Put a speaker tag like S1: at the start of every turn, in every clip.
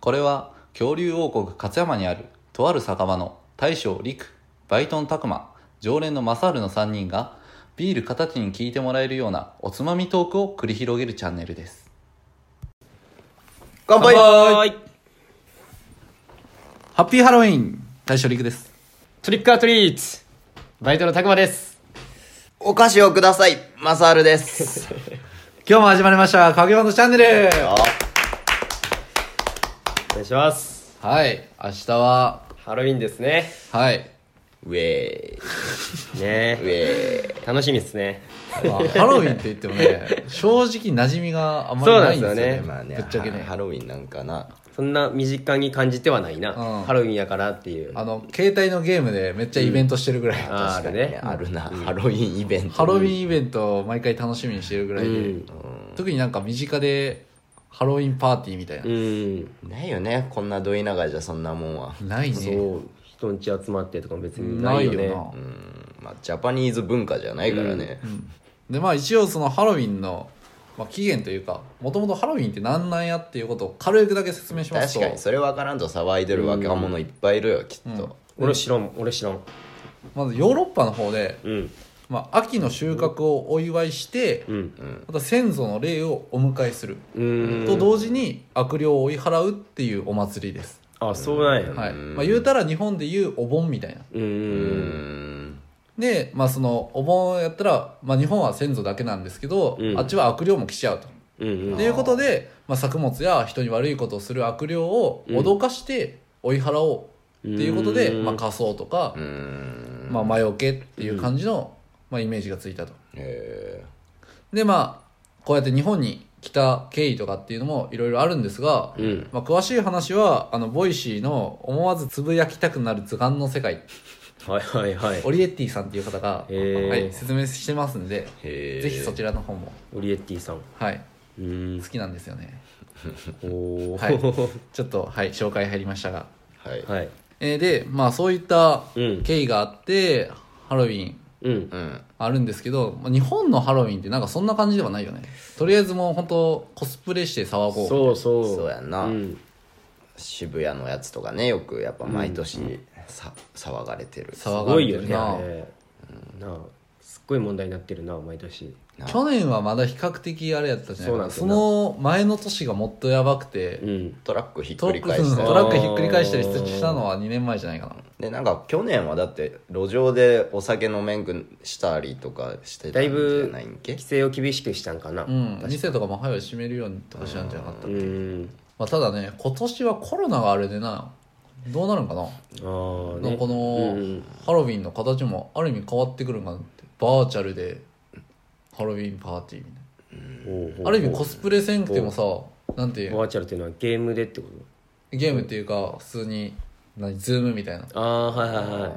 S1: これは恐竜王国勝山にあるとある酒場の大将陸バイトン拓磨常連のマサールの3人がビール形に聞いてもらえるようなおつまみトークを繰り広げるチャンネルです
S2: 乾杯
S1: ハッピーハロウィン大将陸です
S3: トリックアトリートバイトのたくまです
S2: お菓子をくださいマサールです
S1: 今日も始まりました影バンドチャンネル
S2: あ
S3: お願いします
S1: はい明日は
S3: ハロウィンですね
S1: はい
S2: ウェーイ
S3: ね
S2: ウェーイ
S3: 楽しみですね
S1: まあハロウィンって言ってもね正直馴染みがあんまりないんですよね
S3: そう
S2: まあね
S1: ぶっちゃけね
S2: ハハロウィンなんかな
S3: そんな身近に感じてはないな、
S1: うん
S3: ハロウィンやからっていう
S1: あの携帯のゲームでめっちゃイベントしてるぐらい、
S3: あ
S2: 確か
S3: る
S2: に
S3: ね
S2: あるな、 ハロウィンイベント
S1: ハロウィンイベントを毎回楽しみにしてるぐらいで、特になんか身近でハロウィンパーティーみたいな、
S3: うん
S2: ないよねこんなどいながじゃそんなもんは
S1: ないね
S3: そう人んち集まってとかも別にな
S1: ないい
S3: よ
S1: よ
S3: ね
S1: な、
S2: うんまあジャパニーズ文化じゃないからね、
S1: でまあ一応そのハロウィンの、まあ、起源というかもともとハロウィンって何なんやっていうことを軽くだけ説明します
S2: 確
S1: と
S2: かにそれ分からんと騒いでる若者いっぱいいるよきっと、
S3: 俺知らん俺知らん
S1: まずヨーロッパの方で、
S3: うん
S1: まあ、秋の収穫をお祝いして、
S3: うん
S1: また先祖の霊をお迎えする、
S3: うん
S1: と同時に悪霊を追い払うっていうお祭りです、
S3: あそうなんや、
S1: はいまあ、言うたら日本でいうお盆みたいな
S3: うん
S2: うん
S1: で、まあ、そのお盆やったら、まあ、日本は先祖だけなんですけど、
S3: うん
S1: あっちは悪霊も来ちゃうと。
S3: うんうん
S1: ということで、まあ、作物や人に悪いことをする悪霊を脅かして追い払おうっていうことで、
S3: うん
S1: まあ、仮装とか、
S2: うん
S1: まあ、魔除けっていう感じの、まあ、イメージがついたと。
S2: え
S1: でまあこうやって日本に来た経緯とかっていうのもいろいろあるんですが、
S3: うん
S1: まあ、詳しい話はあのボイシーの思わずつぶやきたくなる図鑑の世界
S3: はいはいはい
S1: オリエッティさんっていう方が、
S3: へー
S1: はい、説明してますんで。
S2: ーへえ
S1: ぜひそちらの方も、
S3: オリエッティさん
S1: はい、
S3: うん
S1: 好きなんですよね。
S3: おお
S1: はい、ちょっと、はい、紹介入りましたが。
S2: はい、
S3: はい
S1: えーで、まあそういった
S3: うん
S1: 経緯があって、ハロウィン
S3: うん
S2: うん
S1: あるんですけど、まあ、日本のハロウィンってなんかそんな感じではないよね。とりあえずもう本当コスプレして騒ごう。
S3: そうそう
S2: そうやんな
S3: うん、
S2: 渋谷のやつとかねよくやっぱ毎年さ、騒がれてる
S3: す
S1: 騒が
S3: ご
S1: れ
S3: い
S1: て
S3: よ
S1: る
S3: ね
S1: な
S3: あ。れなあすっごい問題になってるな毎年
S1: 去年はまだ比較的あれやったじゃないかな
S3: そ
S1: そ
S3: うなんだ
S1: の前の年がもっとやばくて、
S3: うん
S2: トラックひっ
S1: ト
S2: く
S1: ラ
S2: り
S1: ック
S2: 返
S1: うん
S2: し
S1: ト
S2: た
S1: ラックひっくり返したりしたのは2年前じゃないかな。
S2: でなんか去年はだって路上でお酒飲めんくしたりとかしてた
S3: だ
S2: ん
S3: い
S2: じ
S3: ぶ
S2: ゃないんけ
S3: 規制を厳しくしたんかな
S1: うん、店とかも早い閉めるようにとかしたんじゃなかったっけ
S3: うん
S1: まあ、ただね今年はコロナがあれでなどうなるんかな、
S3: ああ
S1: の
S3: ね
S1: この、
S3: うん
S1: ハロウィンの形もある意味変わってくるんかなってバーチャルでハロウィンパーティーみたい
S3: おうおう
S1: なある意味コスプレせんくてもさなんてい
S3: バ
S1: う
S3: ーチャルっていうのはゲームでってこ
S1: ゲームっていうか普通に何ズームみたいな
S3: とああーはいはいは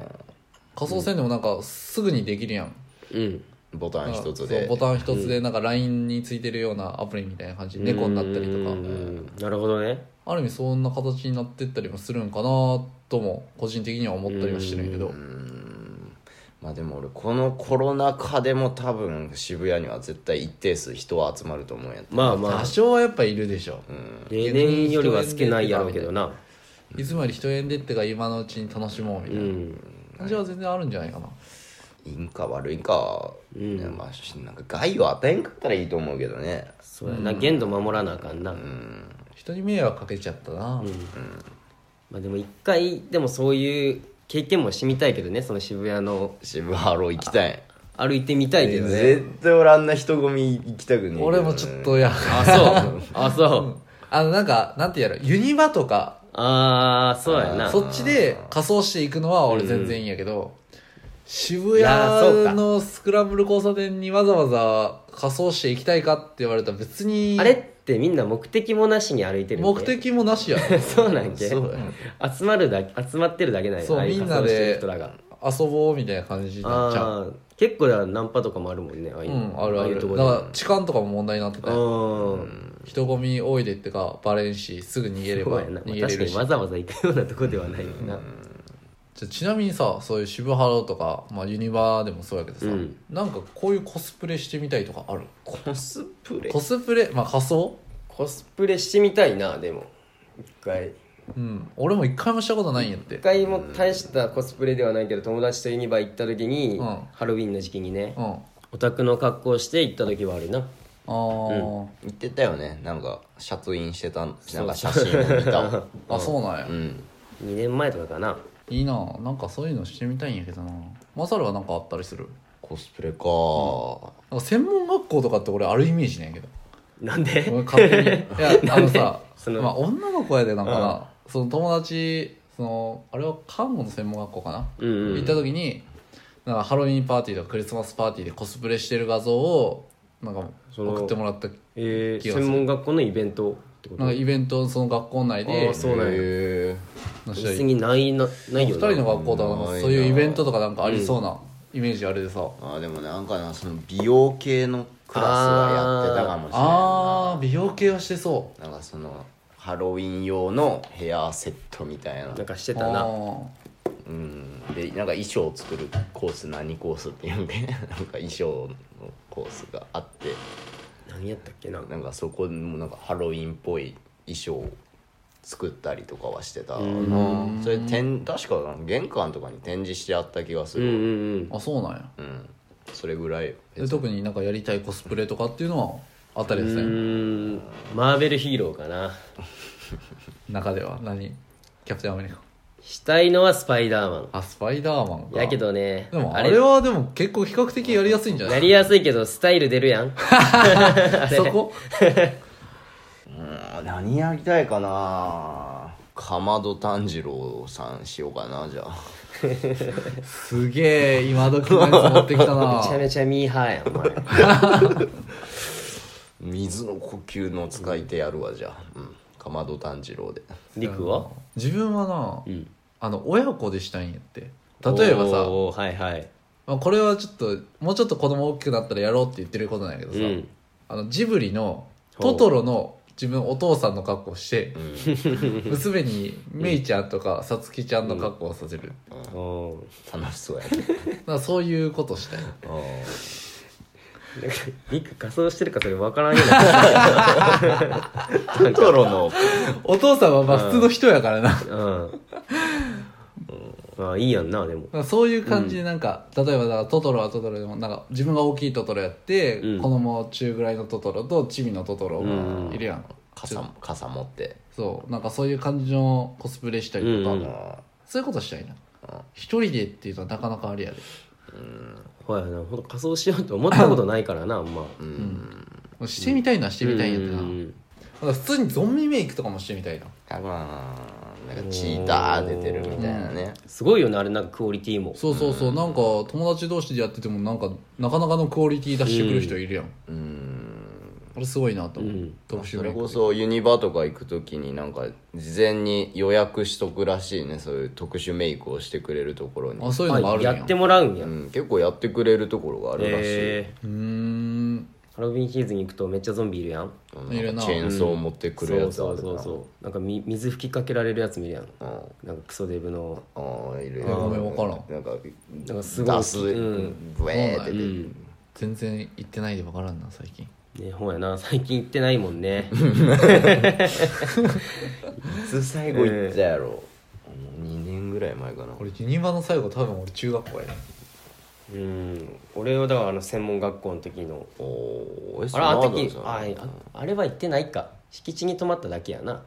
S1: 仮想戦でもなんかすぐにできるやん、
S3: いうん
S2: ボタン一つ
S1: そう
S2: で
S1: ボタン一つでなんか LINE についてるようなアプリみたいな感じで猫になったりと
S3: うんう
S1: か
S3: んなるほどね
S1: ある意味そんな形になってったりもするんかなとも個人的には思ったりはしてるんやけど
S2: まあでも俺このコロナ禍でも多分渋谷には絶対一定数人は集まると思うんやって
S3: まあまあ
S1: 多少はやっぱいるでしょ、
S3: 例年よりは少ないやろうけどない
S1: つもより人縁でってか今のうちに楽しもうみた
S3: う
S1: いなん感じは全然あるんじゃないかな、
S2: いいんか悪いんか、ねまあしなんか害を与えんかったらいいと思うけどね
S3: そうやな限度守らなあかんな
S1: 人に迷惑かけちゃったな、
S3: まあでも一回でもそういう経験もしてみたいけどねその渋谷の
S2: 渋ハロ行きたい
S3: 歩いてみたいけどね
S2: 絶対俺あんな人混み行きたくねえけどね
S1: 俺もちょっとや
S3: あそうあそう
S1: あのなんかなんてやろユニバとか
S3: ああそうやな
S1: そっちで仮装していくのは俺全然いいんやけど、渋
S3: いやーそうか
S1: 谷のスクランブル交差点にわざわざ仮装していきたいかって言われたら別に
S3: あれってみんな目的もなしに歩いてるんけ
S1: 目的もなしや
S3: そうなんけ
S2: そうや
S3: 集まるだけ集まってるだけなんや
S1: そう
S3: ああい
S1: みん
S3: 仮
S1: な
S3: 装してる
S1: で
S3: 人らが
S1: 遊ぼうみたいな感じになっちゃう
S3: ああ結構だからナンパとかもあるもんねああいうう、
S1: んある
S3: あ
S1: あ
S3: あい
S1: る
S3: う
S1: だ
S3: とこ
S1: か
S3: で
S1: ら痴漢とかも問題になってたよ
S3: うん
S1: 人混み多いでってかバレンしすぐ逃げれ
S3: そう
S1: ば
S3: やな、まあ
S1: 逃げれ
S3: 確か
S1: る
S3: に
S1: し
S3: わざわざ行くようなとこではないよな
S1: じゃあちなみにさそういう渋ハロとか、まあ、ユニバでもそうやけどさ、
S3: うん
S1: なんかこういうコスプレしてみたいとかある
S2: コスプレ
S1: コスプレまあ仮装
S3: コスプレしてみたいなでも一回
S1: うん、俺も一回もしたことないんやって
S3: 一回も大したコスプレではないけど友達とユニバ行った時に、
S1: うん
S3: ハロウィンの時期にね
S1: うんあ
S3: オタクの格好して行った時はあるな
S1: あー、
S2: 言ってたよねなんかシャツインしてたなんか写真を見た
S1: あそうなんや、
S2: うん
S3: 2年前とかかない
S1: いななんかそういうのしてみたいんやけどなマサルはなんかあったりする
S2: コスプレか
S1: なんか専門学校とかって俺あるイメージねんやけど
S3: なんで
S1: 俺勝手に いやあのさ
S3: その
S1: まあ、女の子やでなんかな、その友達そのあれは看護の専門学校かな、
S3: うんうん
S1: 行った時になんかハロウィンパーティーとかクリスマスパーティーでコスプレしてる画像をなんか
S3: その
S1: 送ってもらったな
S3: え
S1: 気
S3: ー、
S1: がする
S3: 専門学校のイベントってこと
S1: んかイベントその学校内
S3: あ
S1: で
S3: ーそうなんや
S2: へ
S1: のしたり
S3: 別にないなない
S1: 二
S3: よ
S1: 人の
S3: な
S1: 学校だからそういうイベントとかなんかありそうなイメージあれでさ、
S2: ーあでもなんかなその美容系のクラスはやってたかもしれ
S1: あ
S2: な
S1: あ美容系はしてそ
S2: いななんかそのハロウィン用のヘアセットみたいな
S3: なんかして
S1: う
S3: たな
S1: あ
S2: うんでなんか衣装を作るコース何コースっていうんで なんか衣装のコースがあって
S3: 何やったっけな
S2: なんかそこもなんかハロウィンっぽい衣装を作ったりとかはしてた
S3: うん
S2: それ展確か玄関とかに展示してあった気がす
S3: うんう
S2: る、う
S3: ん
S2: ん
S3: うん
S1: ーあそうなんや
S2: それぐらい
S1: で特になんかやりたいコスプレとかっていうのはあったりです
S3: う
S1: ね
S3: ーんマーベルヒーローかな
S1: 中では何キャプテンアメリカ
S3: したいのはスパイダーマ
S1: あスパイダーマン
S3: ン
S1: か
S3: やけどね
S1: でもあれはでも結構比較的やりやすいんじゃな
S3: ないりやすいけどスタイル出るやん
S1: そこ
S2: うん何やりたいかなかまど炭治郎さんしようかなじゃあ
S1: すげえ今時のやつ持ってきたな
S3: めちゃめちゃミーハーやんお 前
S2: 水の呼吸の使い手やるわじゃあ、うん、かまど炭治郎で
S3: リクは
S1: 自分はな、
S3: ん
S1: あの親子でしたいんやって例えばさ
S3: おーはいはい
S1: まあ、これはちょっともうちょっと子供大きくなったらやろうって言ってることなんやけどさ、
S3: うん
S1: あのジブリの
S3: ほう
S1: トトロの自分お父さんの格好をして、娘にメイちゃんとかさつきちゃんの格好をさせる、
S3: お
S2: 楽しそうや ね
S1: だからそういうことしたい
S2: うん
S3: ーリク仮装してるかそれ分からんよな
S2: トトロの
S1: お父さんはまあ普通の人やからな、だか
S3: うんまあいいやんなでも
S1: ら そういう感じでなんか、例えばだからトトロはトトロでもなんか自分が大きいトトロやって、
S3: うん
S1: 子供中ぐらいのトトロとチビのトトロ
S3: ん
S1: いるやん、
S2: 傘も傘持って
S1: そうなんかそういう感じのコスプレしたりとか、
S3: うんうん
S1: そういうことしたいな
S2: うん
S1: 一人でっていうのはなかなかありやで
S3: ほやなほんと仮装しようと思ったことないからなあんま
S1: してみたいのはしてみたいんやってな、
S3: うん
S1: まあ普通にゾンビメイクとかもしてみたいな
S2: あまあなんかチーター出てるみたいなね
S3: すごいよねあれなんかクオリティも
S1: そうそうそうなんか友達同士でやっててもなんかなかなかのクオリティ出してくる人いるやん、あれすごいなと思う、
S3: うん
S1: 特殊
S2: そ
S1: メ
S2: れ
S1: イク
S2: こそユニバとか行く時になんか事前に予約しとくらしいねそういう特殊メイクをしてくれるところに
S1: あそういうのもあるんや
S3: やってもらうんや
S2: う
S3: へ
S2: ん、結構やってくれるところがあるらしい、
S3: え
S1: うーん
S3: ハロウィンシーズンに行くとめっちゃゾンビいるやん
S2: うん
S1: いるな
S2: チェーンソー持ってくるやつ
S3: そ
S2: あ
S3: う
S2: る
S3: そ
S2: な
S3: うそうそうなんかみ水吹きかけられるやつ見るやん
S2: うん
S3: なんかクソデブの
S2: ああいるよ
S1: ごめんわからん
S2: なんか
S3: なんかすごい
S2: 出す
S3: うん
S2: ブエーって
S1: う
S2: 出て
S1: 全然行ってないで分からんな最近
S3: ねほんやな最近行ってないもんね
S2: いつ最後行ったやろもう2年ぐらい前かな
S1: 俺ユニバの最後多分俺中学校やね
S3: うん俺はだからあの専門学校の時の
S2: おお
S3: あれあの時
S2: さ
S3: あああれは行ってないか敷地に泊まっただけやな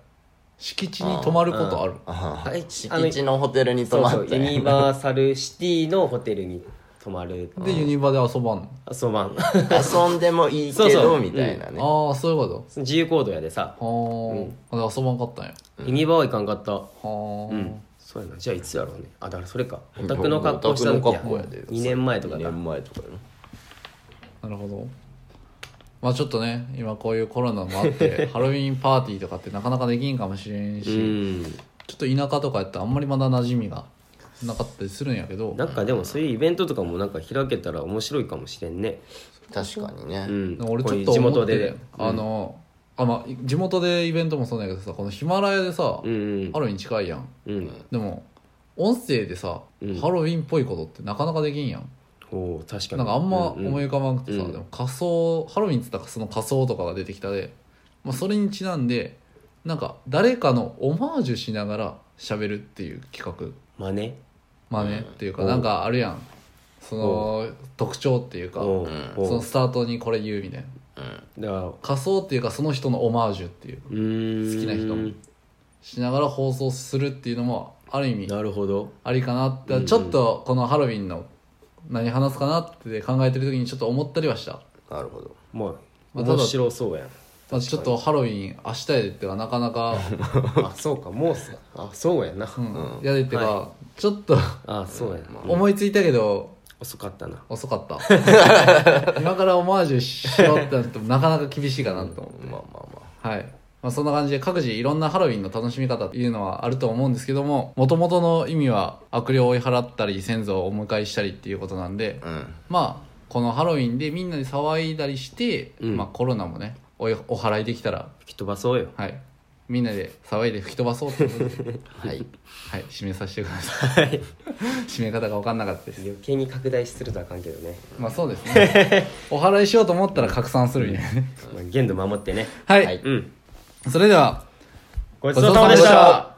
S1: 敷地に泊まることある
S2: あ
S3: あ
S2: あ
S3: れ
S2: 敷地のホテルに泊
S3: そう
S2: ま
S3: そ
S2: っ
S3: う
S2: た
S3: ユ
S2: んや
S3: ニバーサルシティのホテルに泊 まる
S1: でユニバで遊ばんの
S3: あそうまん
S2: 遊んでもいい
S3: そう
S2: け
S3: そ
S2: ど
S3: う
S2: みたいなね
S1: ああそういうこ
S3: 自由行動やでさ
S1: とはあ、あで遊ばんかったんや
S3: ユニバーは行かんかった
S1: はあ、
S3: そうやなじゃあいつやろうねあだからそれかオタクの格好した
S2: オタクの
S3: 時や
S2: 格好やで
S3: 2年前とか
S2: 2
S3: だ
S2: 年前とかよ
S1: なるほどまあちょっとね今こういうコロナもあって ハロウィンパーティーとかってなかなかできんかもしれん
S3: う
S1: し、
S3: ん
S1: ちょっと田舎とかやったらあんまりまだ馴染みがなかったりするんやけど
S3: なんかでもそういうイベントとかもなんか開けたら面白いかもしれんね
S2: 確かにね、
S3: うん
S1: 俺ち
S3: こう
S1: ょ
S3: い
S1: っ
S3: う
S1: と
S3: 地
S1: 思
S3: 元
S1: って
S3: で
S1: てあの、あまあ、地元でイベントもそうなんやけどさこのヒマラヤでさ、
S3: うんうん
S1: ハロウィン近いやん
S3: うん
S1: でも音声でさ、
S3: うん
S1: ハロウィンっぽいことってなかなかできんやん
S3: おー確かに
S1: なんかあんま
S3: うう
S1: 思い浮かばなくてさ、
S3: うん
S1: でも仮装ハロウィンっつったらその仮装とかが出てきたで、まあ、それにちなんでなんか誰かのオマージュしながら喋るっていう企画
S3: 真似
S1: まあねっていうか
S3: うん
S1: なんかあるやんその特徴っていうか
S3: おう
S2: うん
S1: そ
S3: お
S1: の
S3: う
S1: スタートにこれ言うみたいな
S2: うん
S3: だからう
S1: 仮想っていうかその人のオマージュっていう
S3: ーん
S1: 好きな人もしながら放送するっていうのもある意味
S3: なるほど
S1: ありかなって、
S3: うんうん
S1: ちょっとこのハロウィンの何話すかなって考えてる時にちょっと思ったりはした、
S2: なるほど
S3: まあ
S1: まあただ
S3: 面白そうやん
S1: まあ、ちょっとハロウィン明日やでってかなかなか、
S3: あそうかもうすあそうやな
S1: うん
S2: うん
S1: やでってか、ちょっと
S3: あそうやな
S1: 思いついたけど
S3: 遅かったな
S1: 遅かった今からオマージュしようってなってもなかなか厳しいかなと思
S2: まあまあま
S1: うはいまあ、そんな感じで各自いろんなハロウィンの楽しみ方っていうのはあると思うんですけどももともとの意味は悪霊を追い払ったり先祖をお迎えしたりっていうことなんで
S2: あうん
S1: まあこのハロウィンでみんなで騒いだりして、
S3: うん
S1: まあ、コロナもねおいお払いできたら、
S3: 吹き飛ばそうよ
S1: はい、みんなで騒いで吹き飛ばそうってことで
S2: はい
S1: はい締めさせてください
S3: はい
S1: 締め方が分かんなかったです
S3: 余計に拡大するとあかんけどね、
S1: まあそうです ねお払いしようと思ったら拡散するみたいなね
S3: まあ、限度守ってね
S1: はい、
S2: はい
S3: うん
S1: それでは
S3: ごちそうさまでした